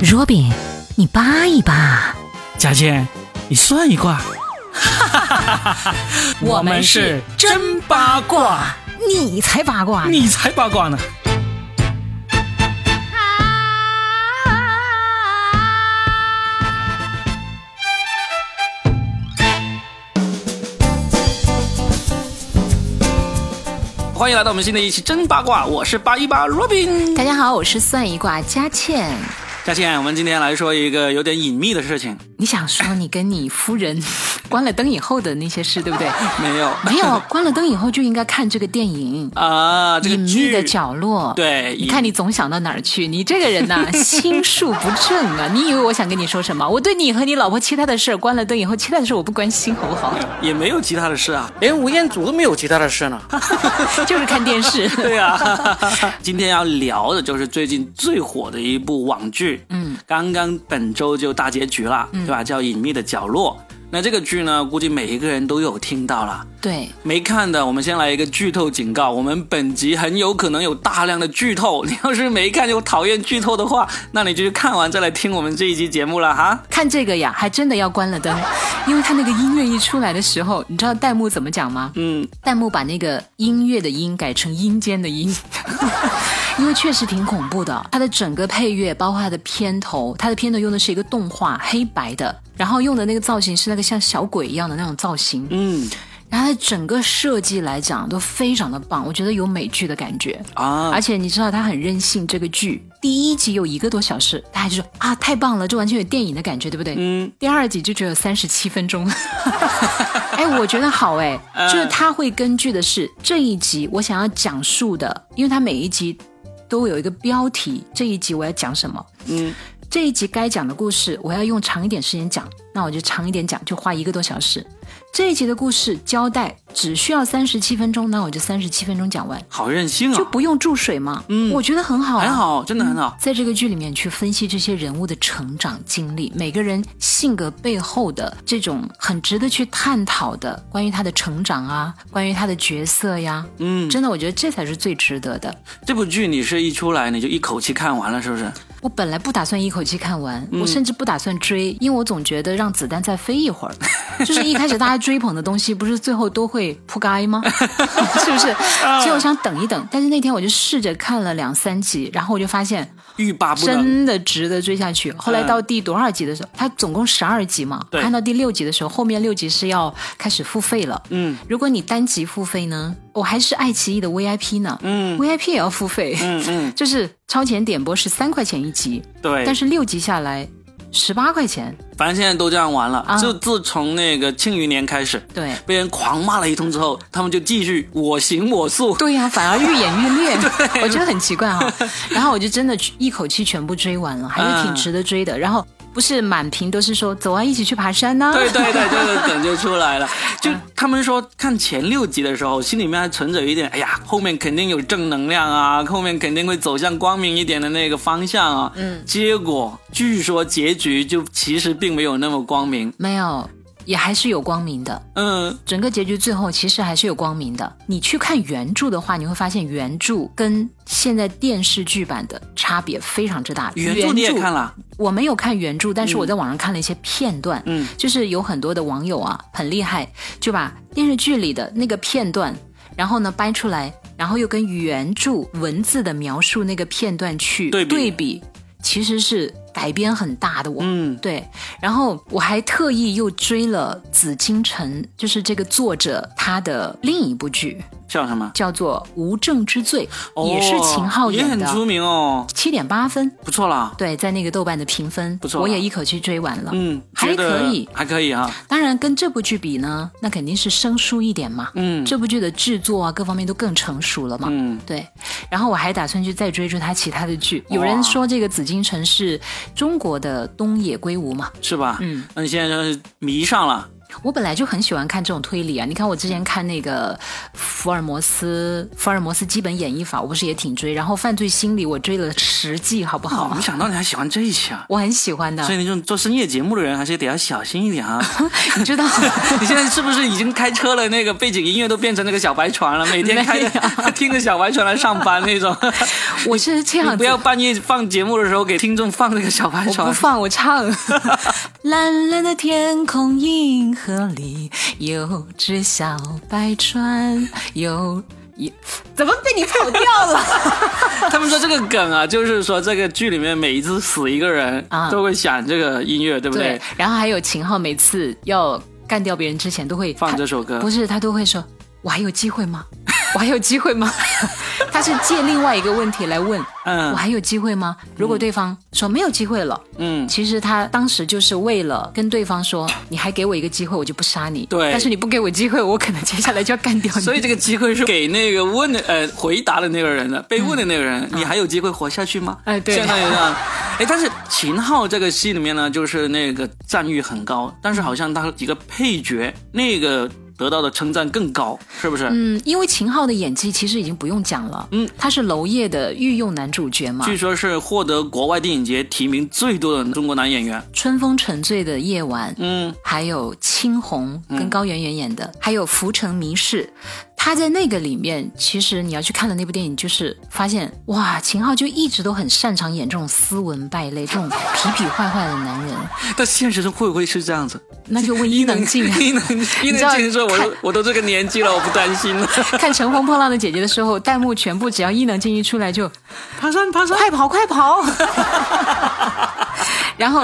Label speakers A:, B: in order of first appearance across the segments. A: Robin，你扒一扒。
B: 佳倩，你算一卦。我们是真八卦，
A: 你才八卦呢。
B: 你才八卦呢。欢迎来到我们新的一期真八卦，我是八一八 Robin。
A: 大家好，我是算一卦佳倩。
B: 佳倩，我们今天来说一个有点隐秘的事情。
A: 你想说你跟你夫人 关了灯以后的那些事，对不 对？
B: 没有，
A: 没有，关了灯以后就应该看这个电影。
B: 啊，这个
A: 隐秘
B: 剧
A: 的角落，
B: 对
A: 你看你总想到哪儿去？你这个人 呐、心术不正啊！你以为我想跟你说什么？我对你和你老婆其他的事儿，关了灯以后，其他的事儿我不关心，好不好？
B: 也没有其他的事啊。
C: 连吴彦祖都没有其他的事呢。
A: 就是看电视。
B: 对呀、今天要聊的就是最近最火的一部网剧，嗯，刚刚本周就大结局了，
C: 嗯
B: 对吧？叫《隐秘的角落》。那这个剧呢，估计每一个人都有听到了。
A: 对，
B: 没看的，我们先来一个剧透警告。我们本集很有可能有大量的剧透， 你要是没看就讨厌剧透的话，那你就去看完再来听我们这一期节目了哈。
A: 看这个呀，还真的要关了灯，因为他那个音乐一出来的时候，你知道弹幕怎么讲吗？
B: 嗯，
A: 弹幕把那个音乐的音改成阴间的阴。 因为确实挺恐怖的，它的整个配乐，包括它的片头，它的片头用的是一个动画黑白的，然后用的那个造型是那个像小鬼一样的那种造型，
B: 嗯
A: 然后它整个设计来讲都非常的棒，我觉得有美剧的感觉。
B: 啊，
A: 而且你知道他很任性，这个剧第一集有一个多小时，大家就说啊太棒了，这完全有电影的感觉，对不对？
B: 嗯，
A: 第二集就只有三十七分 钟，哎，我觉得好哎，
B: 嗯
A: 就是他会根据的是这一集我想要讲述的，因为他每一集都有一个标题，这一集我要讲什么，
B: 嗯，
A: 这一集该讲的故事我要用长一点时间讲，那我就长一点讲，就花一个多小时。这一集的故事交代只需要三十七分钟，那我就三十七分钟讲完。
B: 好任性啊
A: 就，不用注水嘛。嗯，我觉得很好、啊，
B: 很。好，真的很好。
A: 在这个剧里面去分析这些人物的成长经历，每个人性格背后的这种很值得去探讨的，关于他的成长啊，关于他的角色呀，
B: 嗯，
A: 真的，我觉得这才是最值得的。
B: 这部剧你是一出来你就一口气看完了，是不是？
A: 我本来不打算一口气看完，我甚至不打算追，因为我总觉得让子弹再飞一会儿。就是一开始大家追捧的东西，不是最后都会扑街吗？是不是？所以我想等一等。但是那天我就试着看了两三集，然后我就发现
B: 欲罢不能。嗯
A: 真的值得追下去。后来到第多少集的时候，它总共十二集嘛，
B: 对
A: 看到第六集的时候，后面六集是要开始付费了。
B: 嗯，
A: 如果你单集付费呢，我还是爱奇艺的 VIP 呢，
B: 嗯
A: ，VIP 也要付费，
B: 嗯嗯，
A: 就是超前点播是三块钱一集，
B: 对。
A: 但是六集下来十八块钱，
B: 反正现在都这样玩了。
A: 啊
B: 就自从那个庆余年开始，
A: 对
B: 被人狂骂了一通之后，他们就继续我行 我素。
A: 对呀、反而愈演愈 烈，我觉得很奇怪哈、然后我就真的去一口气全部追完了，还是挺
B: 嗯
A: 值得追的。然后不是满屏都是说走啊，一起去爬山呐、
B: 对对对，就是梗就出来了。就他们说看前六集的时候，心里面还存着一点，哎呀，后面肯定有正能量啊，后面肯定会走向光明一点的那个方向啊。嗯，结果据说结局就其实并没有那么光明。
A: 没有，也还是有光明的。
B: 嗯，
A: 整个结局最后其实还是有光明的。你去看原著的话，你会发现原著跟现在电视剧版的差别非常之大。
B: 原著你也看了，嗯
A: 我没有看原著，但是我在网上看了一些片段，嗯，就是有很多的网友啊，很厉害，就把电视剧里的那个片段，然后呢掰出来，然后又跟原著文字的描述那个片段去
B: 对比
A: 其实是改编很大的我。
B: 嗯，
A: 对，然后我还特意又追了紫禁城，就是这个作者他的另一部剧，
B: 叫什么？
A: 叫做《无证之罪》，
B: 哦
A: 也是秦昊
B: 也
A: 演
B: 很出
A: 的，
B: 名哦，
A: 七点八分。
B: 不错啦。
A: 对，在那个豆瓣的评分，
B: 不错啊
A: 我也一口气追完了。
B: 嗯，
A: 还
B: 觉得
A: 可以。
B: 还可以啊。
A: 当然，跟这部剧比呢，那肯定是生疏一点嘛。
B: 嗯
A: 这部剧的制作啊，各方面都更成熟了嘛。
B: 嗯，
A: 对，然后我还打算去再追追他其他的剧。有人说这个《紫禁城》是中国的东野圭吾嘛？
B: 是吧？
A: 嗯，
B: 那你现在就是迷上了，
A: 我本来就很喜欢看这种推理啊。你看我之前看那个福尔摩斯，福尔摩斯基本演绎法，我不是也挺追。然后犯罪心理，我追了十季，好不
B: 哦
A: 好？
B: 没想到你还喜欢这一些啊！
A: 我很喜欢的
B: 所。以那种做深夜节目的人还是得要小心一 点啊！
A: 你知道，
B: 你 现在是不是已经开车了？那个背景音乐都变成那个小白船了，每天 开着听着小白船来上班那种。
A: 我是这样
B: 你
A: 子，
B: 不要半夜放节目的时候给听众放那个小白
A: 我不
B: 船。
A: 放，我唱。 蓝蓝的天空，银河里有只小白船，有一 怎么被你跑掉了？
B: 他们说这个梗啊，就是说这个剧里面每一次死一个人，
A: 啊
B: 都会想这个音乐，对不对？
A: 对，然后还有秦昊每次要干掉别人之前都会
B: 放这首歌
A: 他不是他都会说：“我还有机会吗？ 我还有机会吗？” 他是借另外一个问题来问：“
B: 嗯
A: 我还有机会吗？”如果对方说没有机会了，
B: 嗯，
A: 其实他当时就是为了跟对方说，你还给我一个机会，我就不杀你。
B: 对
A: 但是你不给我机会，我可能接下来就要干掉你。
B: 所以这个机会是给那个问的呃回答的那个人的，被问的那个人，你还有机会活下去吗？
A: 嗯哎对
B: 相当于 这样。哎，但是秦昊这个戏里面呢，就是那个赞誉很高，但是好像他几个配角那个得到的称赞更高，是不是？
A: 嗯，因为秦昊的演技其实已经不用讲了，
B: 嗯，
A: 他是娄烨的御用男主角嘛，
B: 据说是获得国外电影节提名最多的中国男演员。
A: 《春风沉醉的夜晚》，
B: 嗯，
A: 还有青红跟高圆圆演的，还有《浮城谜事》。他在那个里面，其实你要去看的那部电影，就是发现哇，秦昊就一直都很擅长演这种斯文败类、这种痞痞坏坏的男 人，
B: 但现实中会不会是这样子？
A: 那就问伊能 静啊。
B: 伊能伊
A: 知道
B: 能静说：“我
A: 看
B: 都我都这个年纪了，我不担心 了。
A: 看《乘风破浪的姐姐》的时候，弹幕全部只要伊能静一出来就
B: 爬山，爬山。
A: 快跑快跑。然后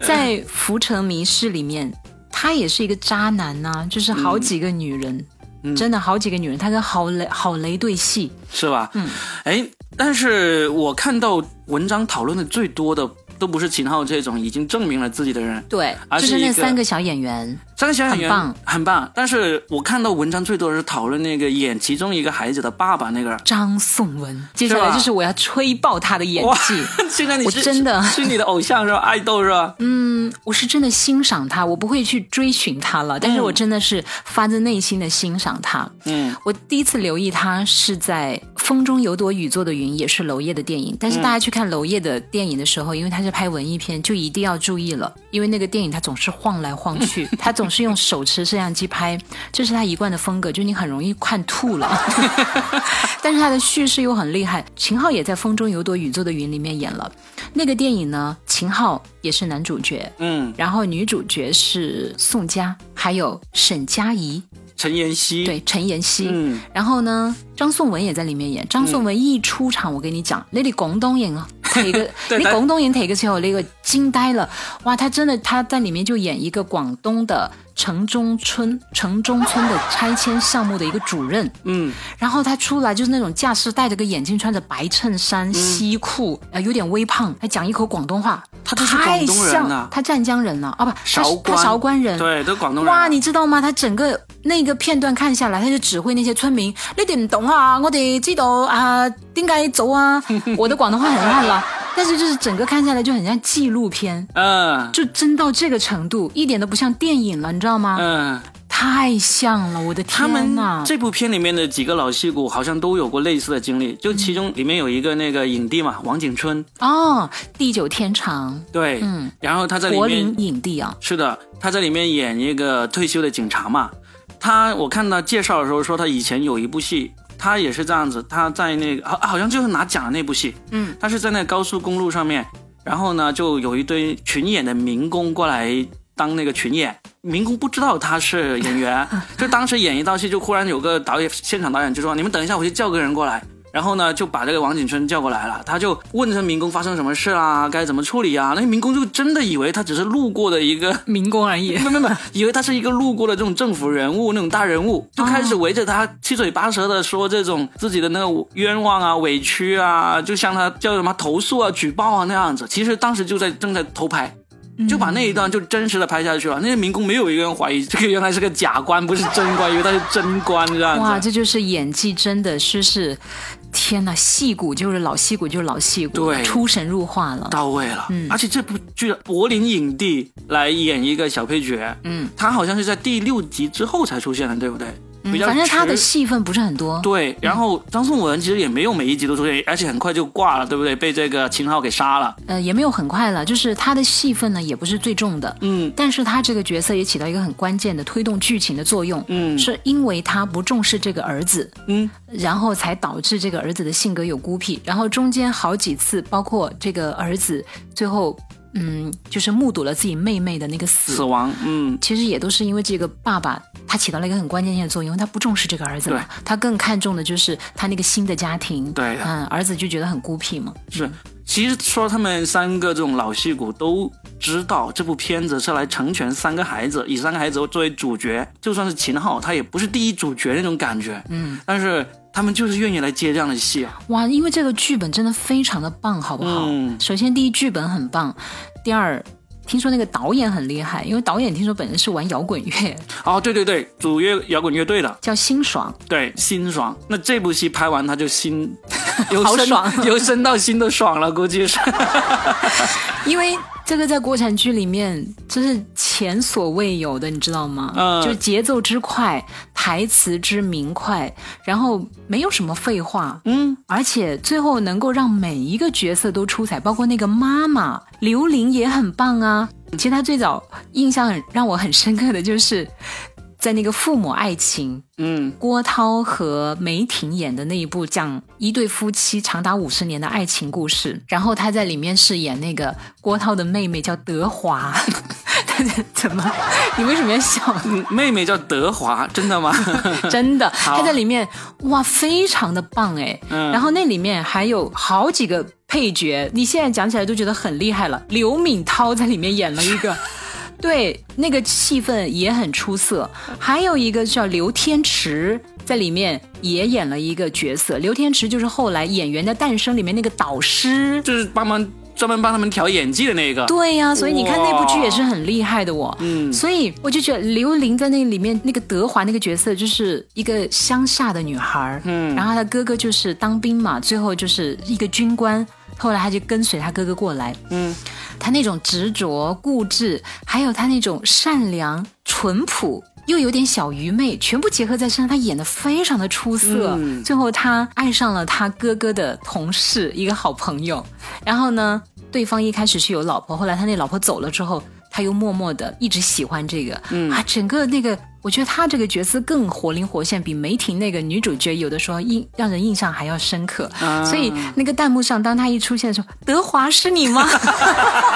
A: 在《浮城谜事》里面，他也是一个渣男呐、就是好几个女人，真的好几个女人，他跟郝雷郝雷对戏，
B: 是吧？嗯，哎，但是我看到文章讨论的最多的都不是秦昊这种已经证明了自己的人，
A: 对，
B: 而
A: 就是是
B: 一
A: 那
B: 个
A: 三个小演员，
B: 张小演员
A: 很棒，
B: 很棒。但是我看到文章最多的是讨论那个演其中一个孩子的爸爸那个人。
A: 张颂文。接下来就是我要吹爆他的演
B: 哇
A: 技。！
B: 现在你
A: 我
B: 是
A: 真的嗯
B: 是你的偶像是吧？爱豆是吧？
A: 我是真的欣赏他，我不会去追寻他了，但是我真的是发自内心的欣赏他。
B: 嗯，
A: 我第一次留意他是在《风中有朵雨做的云》，也是娄烨的电影。但是大家去看娄烨的电影的时候，因为他是拍文艺片，就一定要注意了，因为那个电影他总是晃来晃去，他总是用手持摄像机拍，这是他一贯的风格，就你很容易看吐了。但是他的叙事又很厉害，秦昊也在《风中有朵雨做的云》里面演了那个电影呢，秦昊也是男主角，
B: 嗯，
A: 然后女主角是宋佳，还有沈佳宜，
B: 陈妍希，
A: 对，陈妍希。
B: 嗯
A: 然后呢，张颂文也在里面演。张颂文一出场，我跟你讲，你哋广东人 啊，睇个
B: 嗯对
A: 你
B: 他
A: 广东人睇嘅时候，那个惊呆了，哇，他真的他在里面就演一个广东的城中村城中村的拆迁项目的一个主任，
B: 嗯，
A: 然后他出来就是那种架势，戴着个眼镜，穿着白衬
B: 嗯
A: 衫、西裤，呃，有点微胖，还讲一口广东话。
B: 他就是广东人
A: 太
B: 呐
A: 像他湛江人呐、啊，不，他
B: 韶
A: 是
B: 关
A: 他韶关人。
B: 对，都是广东人啊。
A: 哇，你知道吗？他整个那个片段看下来，他就指挥那些村民：“你哋唔懂啊， 我哋知道啊，点解走啊？”我的广东话很烂了，但是就是整个看下来就很像纪录片，
B: 嗯
A: 就真到这个程度，一点都不像电影了，你知道吗？
B: 嗯，
A: 太像了，我的
B: 他
A: 天
B: 们
A: 呐！
B: 这部片里面的几个老戏骨好像都有过类似的经历，就其中里面有一个那个影帝嘛，王景春，
A: 哦，地久天长，
B: 对，
A: 嗯，
B: 然后他在里
A: 柏
B: 面
A: 林影帝啊，
B: 是的，他在里面演一个退休的警察嘛。他我看他介绍的时候说，他以前有一部戏，他也是这样子，他在那个好好像就是拿奖的那部戏，
A: 嗯，
B: 他是在那高速公路上面，然后呢就有一堆群演的民工过来当那个群演。民工不知道他是演员，就当时演一道戏，就忽然有个导演，现场导演就说：“你们等一下，我去叫个人过来。”然后呢，就把这个王景春叫过来了，他就问这民工发生什么事啊，该怎么处理啊？那民工就真的以为他只是路过的一个
A: 民工而已。
B: 没没没，以为他是一个路过的这种政府人物，那种大人物，
A: 哦
B: 就开始围着他七嘴八舌的说这种自己的那个冤枉啊、委屈啊，就向他叫什么投诉啊、举报啊那样子。其实当时就在正在偷拍。
A: 嗯
B: 就把那一段就真实的拍下去了，那些民工没有一个人怀疑这个原来是个假官，不是真官，以为他是真官这样子。
A: 哇，这就是演技真的是是天呐，戏骨就是老戏骨，就是老戏骨，
B: 对
A: 出神入化了。
B: 到位了，
A: 嗯
B: 而且这部剧柏林影帝来演一个小配角，
A: 嗯，
B: 他好像是在第六集之后才出现的，对不对？
A: 嗯
B: 比较
A: 反正他的
B: 迟
A: 戏份不是很多，
B: 对，然后张颂文其实也没有每一集都出现，而且很快就挂了，对不对？被这个秦昊给杀了。
A: 呃，也没有很快了，就是他的戏份呢也不是最重的，
B: 嗯，
A: 但是他这个角色也起到一个很关键的推动剧情的作用，
B: 嗯
A: 是因为他不重视这个儿子，
B: 嗯，
A: 然后才导致这个儿子的性格有孤僻，然后中间好几次，包括这个儿子最后，嗯，就是目睹了自己妹妹的那个
B: 死亡，嗯，
A: 其实也都是因为这个爸爸，他起到了一个很关键性的作用，因为他不重视这个儿子嘛，他更看重的就是他那个新的家庭。
B: 对的
A: 嗯，儿子就觉得很孤僻嘛。
B: 是。其实说他们三个这种老戏骨都知道，这部片子是来成全三个孩子，以三个孩子作为主角，就算是秦昊，他也不是第一主角那种感觉，嗯，但是他们就是愿意来接这样的戏啊，
A: 哇，因为这个剧本真的非常的棒，好不好？
B: 嗯
A: 首先，第一剧本很棒，第二，听说那个导演很厉害，因为导演听说本人是玩摇滚乐，
B: 哦，对对对，主乐摇滚乐队的，
A: 叫辛爽。
B: 对，心爽。那这部戏拍完他就心由
A: 好
B: 生
A: 爽
B: 由生到心都爽了，估计是。
A: 因为这个在国产剧里面这是前所未有的，你知道吗？
B: 嗯
A: 就节奏之快，台词之明快，然后没有什么废话，
B: 嗯，
A: 而且最后能够让每一个角色都出彩，包括那个妈妈刘琳也很棒啊。其实她最早印象很让我很深刻的就是。在那个《父母爱情》，
B: 嗯，
A: 郭涛和梅婷演的那一部讲一对夫妻长达五十年的爱情故事，然后她在里面饰演那个郭涛的妹妹叫德华， 怎么？你为什么要笑？
B: 嗯妹妹叫德华，真的吗？
A: 真的，
B: 好
A: 她在里面哇，非常的棒哎。
B: 嗯
A: 然后那里面还有好几个配角，你现在讲起来都觉得很厉害了。刘敏涛在里面演了一 个。对，那个戏份也很出色。还有一个叫刘天池，在里面也演了一个角色。刘天池就是后来《演员的诞生》里面那个导师。
B: 就是帮忙专门帮他们调演技的那个。
A: 对呀、所以你看
B: 哇
A: 那部剧也是很厉害的我。
B: 嗯
A: 所以我就觉得刘琳在那里面那个德华那个角色就是一个乡下的女孩，嗯，然后她的哥哥就是当兵嘛，最后就是一个军官，后来她就跟随她哥哥过来，
B: 嗯，
A: 她那种执着固执，还有她那种善良淳朴。又有点小愚昧，全部结合在身上，她演的非常的出色。
B: 嗯
A: 最后，她爱上了她哥哥的同事，一个好朋友。然后呢，对方一开始是有老婆，后来他那老婆走了之后，他又默默的一直喜欢这个，嗯啊，整个那个，我觉得他这个角色更活灵活现，比梅婷那个女主角有的时候印让人印象还要深刻。所以那个弹幕上，当他一出现的时候，德华是你吗？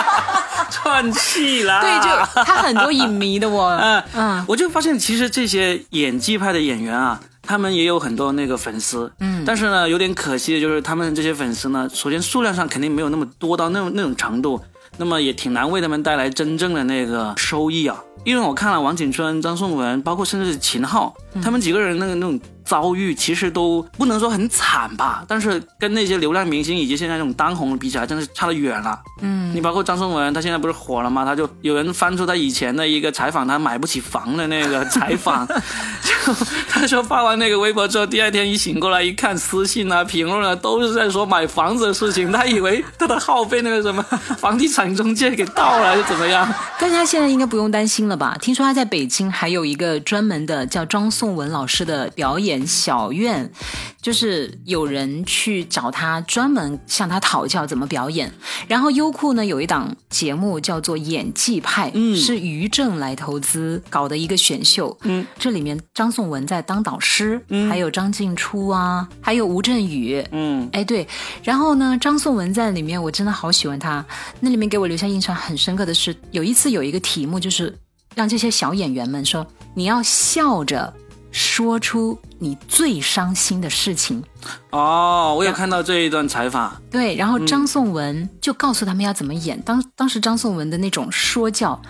B: 串戏啦。
A: 对，就他很多影迷的我，
B: 嗯
A: 啊 嗯
B: 我就发现其实这些演技派的演员啊，他们也有很多那个粉丝，嗯，但是呢，有点可惜的就是他们这些粉丝呢，首先数量上肯定没有那么多到那种那种程度，那么也挺难为他们带来真正的那个收益啊。因为我看了王景春、张颂文，包括甚至是秦昊，他们几个人那个那种遭遇，其实都不能说很惨吧，但是跟那些流量明星以及现在这种当红比起来，真的是差得远了。你包括张颂文，他现在不是火了吗？他就有人翻出他以前的一个采访，他买不起房的那个采访，就他说发完那个微博之后，第二天一醒过来一看，私信啊、评论啊，都是在说买房子的事情。他以为他的号被那个什么房地产中介给盗了，还是怎么样？
A: 但是他现在应该不用担心了吧？听说他在北京还有一个专门的叫张颂文老师的表演小院，就是有人去找他专门向他讨教怎么表演。然后优酷呢有一档节目叫做《演技派》，嗯，是于正来投资搞的一个选秀，嗯，这里面张颂文在当导师，嗯，还有张静初啊，还有吴镇宇，
B: 嗯，
A: 哎，对，然后呢，张颂文在里面，我真的好喜欢他。那里面给我留下印象很深刻的是，有一次有一个题目，就是让这些小演员们说，你要笑着说出你最伤心的事情。
B: 哦，我有看到这一段采访，
A: 对，然后张颂文就告诉他们要怎么演。当当时张颂文的那种说教，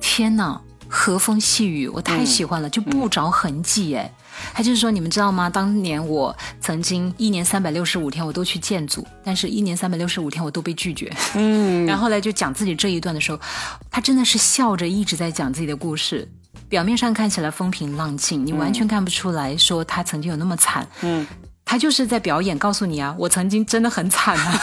A: 天呐，和风细雨，我太喜欢了，就不着痕迹哎。他就是说，你们知道吗？当年我曾经一年三百六十五天我都去建组，但是一年三百六十五天我都被拒绝。嗯， 然后后来就讲自己这一段的时候，他真的是笑着一直在讲自己的故事。表面上看起来风平浪静，你完全看不出来说他曾经有那么惨。嗯，他就是在表演，告诉你啊，我曾经真的很惨啊。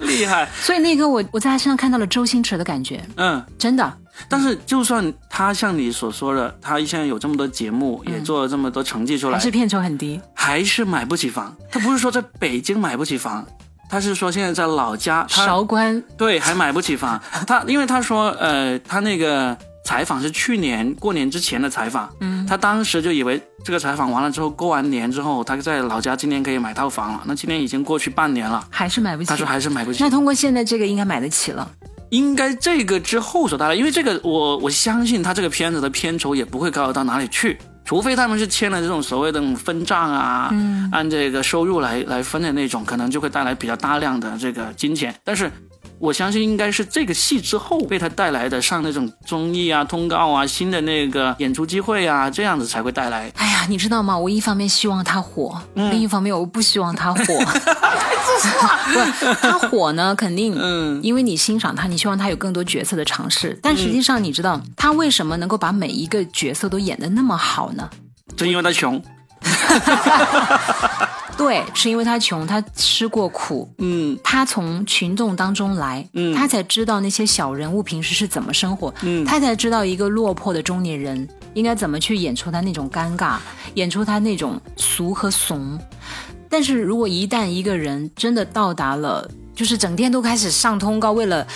B: 厉害，
A: 所以那一刻我我在他身上看到了周星驰的感觉，
B: 嗯。
A: 真的。
B: 但是，就算他像你所说的，他现在有这么多节目，也做了这么多成绩出来，
A: 还是片酬很低，
B: 还是买不起房。他不是说在北京买不起房，他是说现在在老家，他
A: 韶关
B: 对还买不起房。他因为他说，呃，他那个采访是去年过年之前的采访，嗯，他当时就以为这个采访完了之后，过完年之后，他在老家今年可以买套房了。那今年已经过去半年了，
A: 还是买不起。
B: 他说还是买不起
A: 那。通过现在这个应该买得起了。
B: 应该这个之后所带来，因为这个我我相信他这个片子的片酬也不会高到哪里去，除非他们是签了这种所谓的那种分账啊，嗯、按这个收入来来分的那种，可能就会带来比较大量的这个金钱。但是我相信应该是这个戏之后为他带来的上那种综艺啊、通告啊、新的那个演出机会啊，这样子才会带来。
A: 哎呀，你知道吗？我一方面希望他火，另一方面我不希望 他火。不，他火呢，肯定，
B: 嗯
A: 因为你欣赏他，你希望他有更多角色的尝试。但实际上，你知道、他为什么能够把每一个角色都演得那么好呢？
B: 就因为他穷，
A: 对，是因为他穷，他吃过苦，
B: 嗯
A: 他从群众当中来，
B: 嗯
A: 他才知道那些小人物平时是怎么生活，
B: 嗯
A: 他才知道一个落魄的中年人应该怎么去演出他那种尴尬，演出他那种俗和怂。但是如果一旦一个人真的到达了，就是整天都开始上通告，为了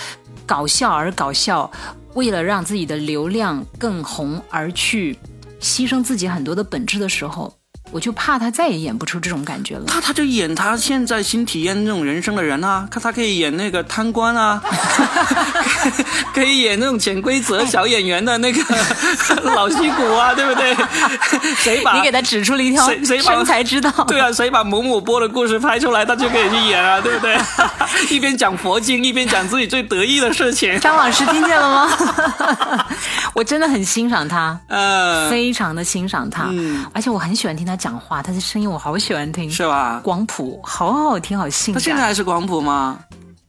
A: 搞笑而搞笑，为了让自己的流量更红而去牺牲自己很多的本质的时候，我就怕他再也演不出这种感觉了。
B: 他他就演他现在新体验那种人生的人啊，看他可以演那个贪官 啊，可以演那种潜规则小演员的 那个老戏骨啊，对不对？谁 把
A: 你给他指出了一条
B: 谁谁把
A: 生财之道。
B: 对啊，谁把某某波的故事拍出来，他就可以去演啊，对 不对？一边讲佛经，一边讲自己最得意的事情。
A: 张老师听见了 吗？我真的很欣赏他，
B: 嗯、
A: 非常的欣赏他，
B: 嗯
A: 而且我很喜欢听他讲话，他的声音我好喜欢听。
B: 是吧？
A: 广普好好听，好性
B: 他现在
A: 感。
B: 还是广普吗？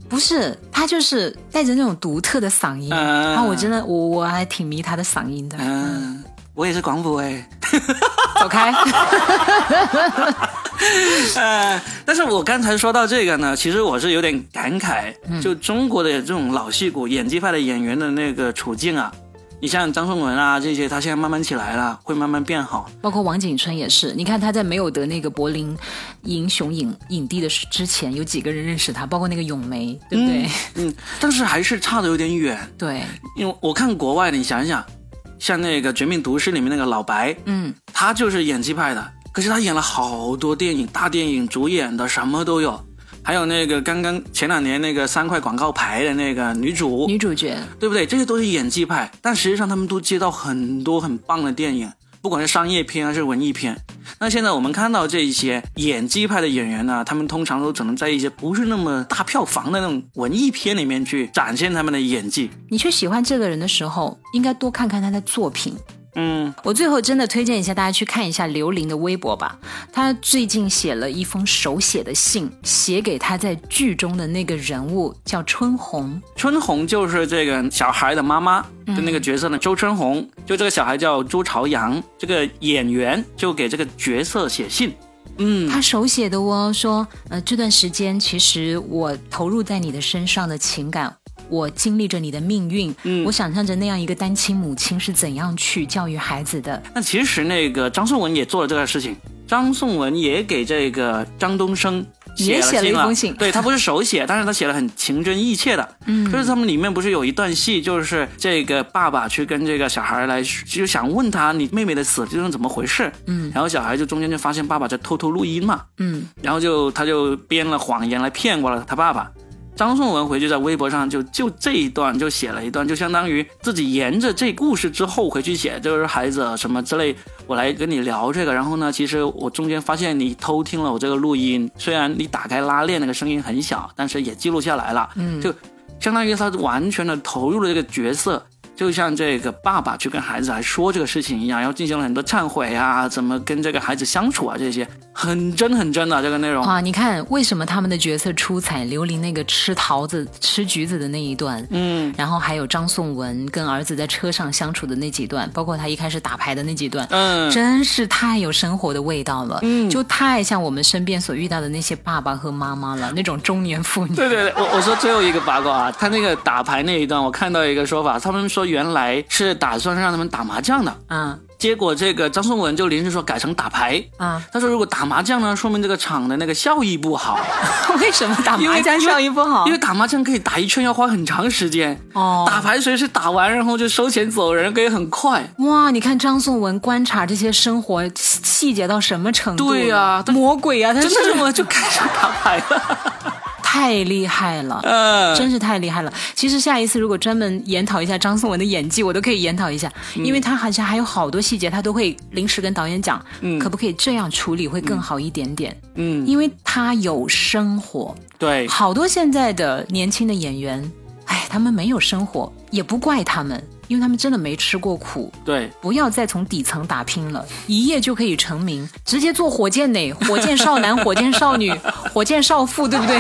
A: 不是他就是带着那种独特的嗓音，
B: 嗯
A: 然后我真的我我还挺迷他的嗓音的。
B: 嗯、我也是广普哎、
A: 走开，
B: 呃，但是我刚才说到这个呢，其实我是有点感慨，就中国的这种老戏骨、演技派的演员的那个处境啊，你像张颂文啊这些，他现在慢慢起来了，会慢慢变好。
A: 包括王景春也是，你看他在没有得那个柏林英雄影影帝的之前，有几个人认识他，包括那个咏梅，对不对？
B: 嗯，但是还是差的有点远，
A: 对，
B: 因为我看国外的，你想一想，像那个《绝命毒师》里面那个老白，
A: 嗯，
B: 他就是演技派的，可是他演了好多电影，大电影主演的什么都有。还有那个刚刚前两年那个三块广告牌的那个女主，
A: 女主角
B: 对不对？这些都是演技派，但实际上他们都接到很多很棒的电影，不管是商业片还是文艺片。那现在我们看到这一些演技派的演员呢，他们通常都只能在一些不是那么大票房的那种文艺片里面去展现他们的演技。
A: 你去喜欢这个人的时候，应该多看看他的作品。
B: 嗯
A: 我最后真的推荐一下大家去看一下刘琳的微博吧，她最近写了一封手写的信，写给她在剧中的那个人物叫春红。
B: 春红就是这个小孩的妈妈的那个角色呢，周春红，就这个小孩叫朱朝阳，这个演员就给这个角色写信。嗯，
A: 她手写的哦，说，呃，这段时间其实我投入在你的身上的情感。我经历着你的命运，我想象着那样一个单亲母亲是怎样去教育孩子的。
B: 那其实那个张颂文也做了这个事情，张颂文也给这个张东升
A: 也
B: 写
A: 写了一
B: 信
A: 封信
B: 对他不是手写，但是他写了很情真意切的。嗯，就是他们里面不是有一段戏，就是这个爸爸去跟这个小孩来，就想问他你妹妹的死究竟怎么回事。嗯，然后小孩就中间就发现爸爸在偷偷录音嘛，
A: 嗯，
B: 然后就他就编了谎言来骗过了他爸爸。张颂文回去在微博上就就这一段就写了一段，就相当于自己沿着这故事之后回去写，就是孩子什么之类，我来跟你聊这个。然后呢，其实我中间发现你偷听了我这个录音，虽然你打开拉链那个声音很小，但是也记录下来了。嗯，就相当于他完全的投入了这个角色，就像这个爸爸去跟孩子来说这个事情一样，要进行了很多忏悔啊，怎么跟这个孩子相处啊，这些很真很真的这个内容。
A: 啊，你看为什么他们的角色出彩？刘琳那个吃桃子、吃橘子的那一段，嗯，然后还有张颂文跟儿子在车上相处的那几段，包括他一开始打牌的那几段，
B: 嗯
A: 真是太有生活的味道了，嗯，就太像我们身边所遇到的那些爸爸和妈妈了，那种中年妇女。
B: 嗯对对对，我我说最后一个八卦啊，他那个打牌那一段，我看到一个说法，他们说原来是打算让他们打麻将的，
A: 啊
B: 结果这个张颂文就临时说改成打牌。
A: 啊！
B: 他说如果打麻将呢，说明这个场的那个效益不好，
A: 为什么打
B: 因为
A: 啊麻将效益不好？
B: 因为打麻将可以打一圈要花很长时间，
A: 哦
B: 打牌随时打完然后就收钱走人，可以很快。
A: 哇，你看张颂文观察这些生活细细节到什么程度了？
B: 对呀他
A: 魔鬼啊，他
B: 真的
A: 是
B: 这么就开始打牌了？
A: 太厉害了。
B: 嗯，
A: 真是太厉害了！其实下一次如果专门研讨一下张颂文的演技，我都可以研讨一下，
B: 嗯
A: 因为他好像还有好多细节，他都会临时跟导演讲，可不可以这样处理会更好一点点？
B: 嗯，
A: 因为他有生活，
B: 对，
A: 好多现在的年轻的演员，哎，他们没有生活，也不怪他们，因为他们真的没吃过苦，
B: 对，
A: 不要再从底层打拼了，一夜就可以成名，直接做火箭呢？火箭少男、火箭少女、火箭少妇，对不 对？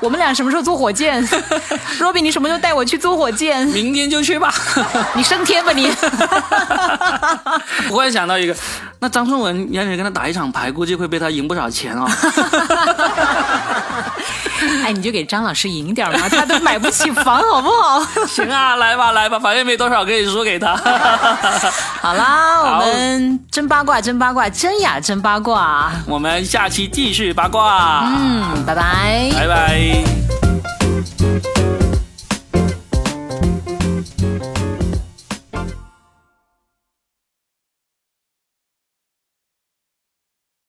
A: 我们俩什么时候做火箭？Robin，你什么时候带我去做火箭？
B: 明天就去吧。
A: 你升天吧你！
B: 我忽然想到一个，那张颂文要是跟他打一场牌，估计会被他赢不少钱哦。
A: 哎，你就给张老师赢点嘛，他都买不起房，好不好？
B: 行啊，来吧来吧，反正没多少可以输给他。
A: 好啦，
B: 好
A: 我们真八卦，真八卦，真呀真八卦。嗯
B: 我们下期继续八卦，
A: 嗯，拜拜。
B: 拜拜。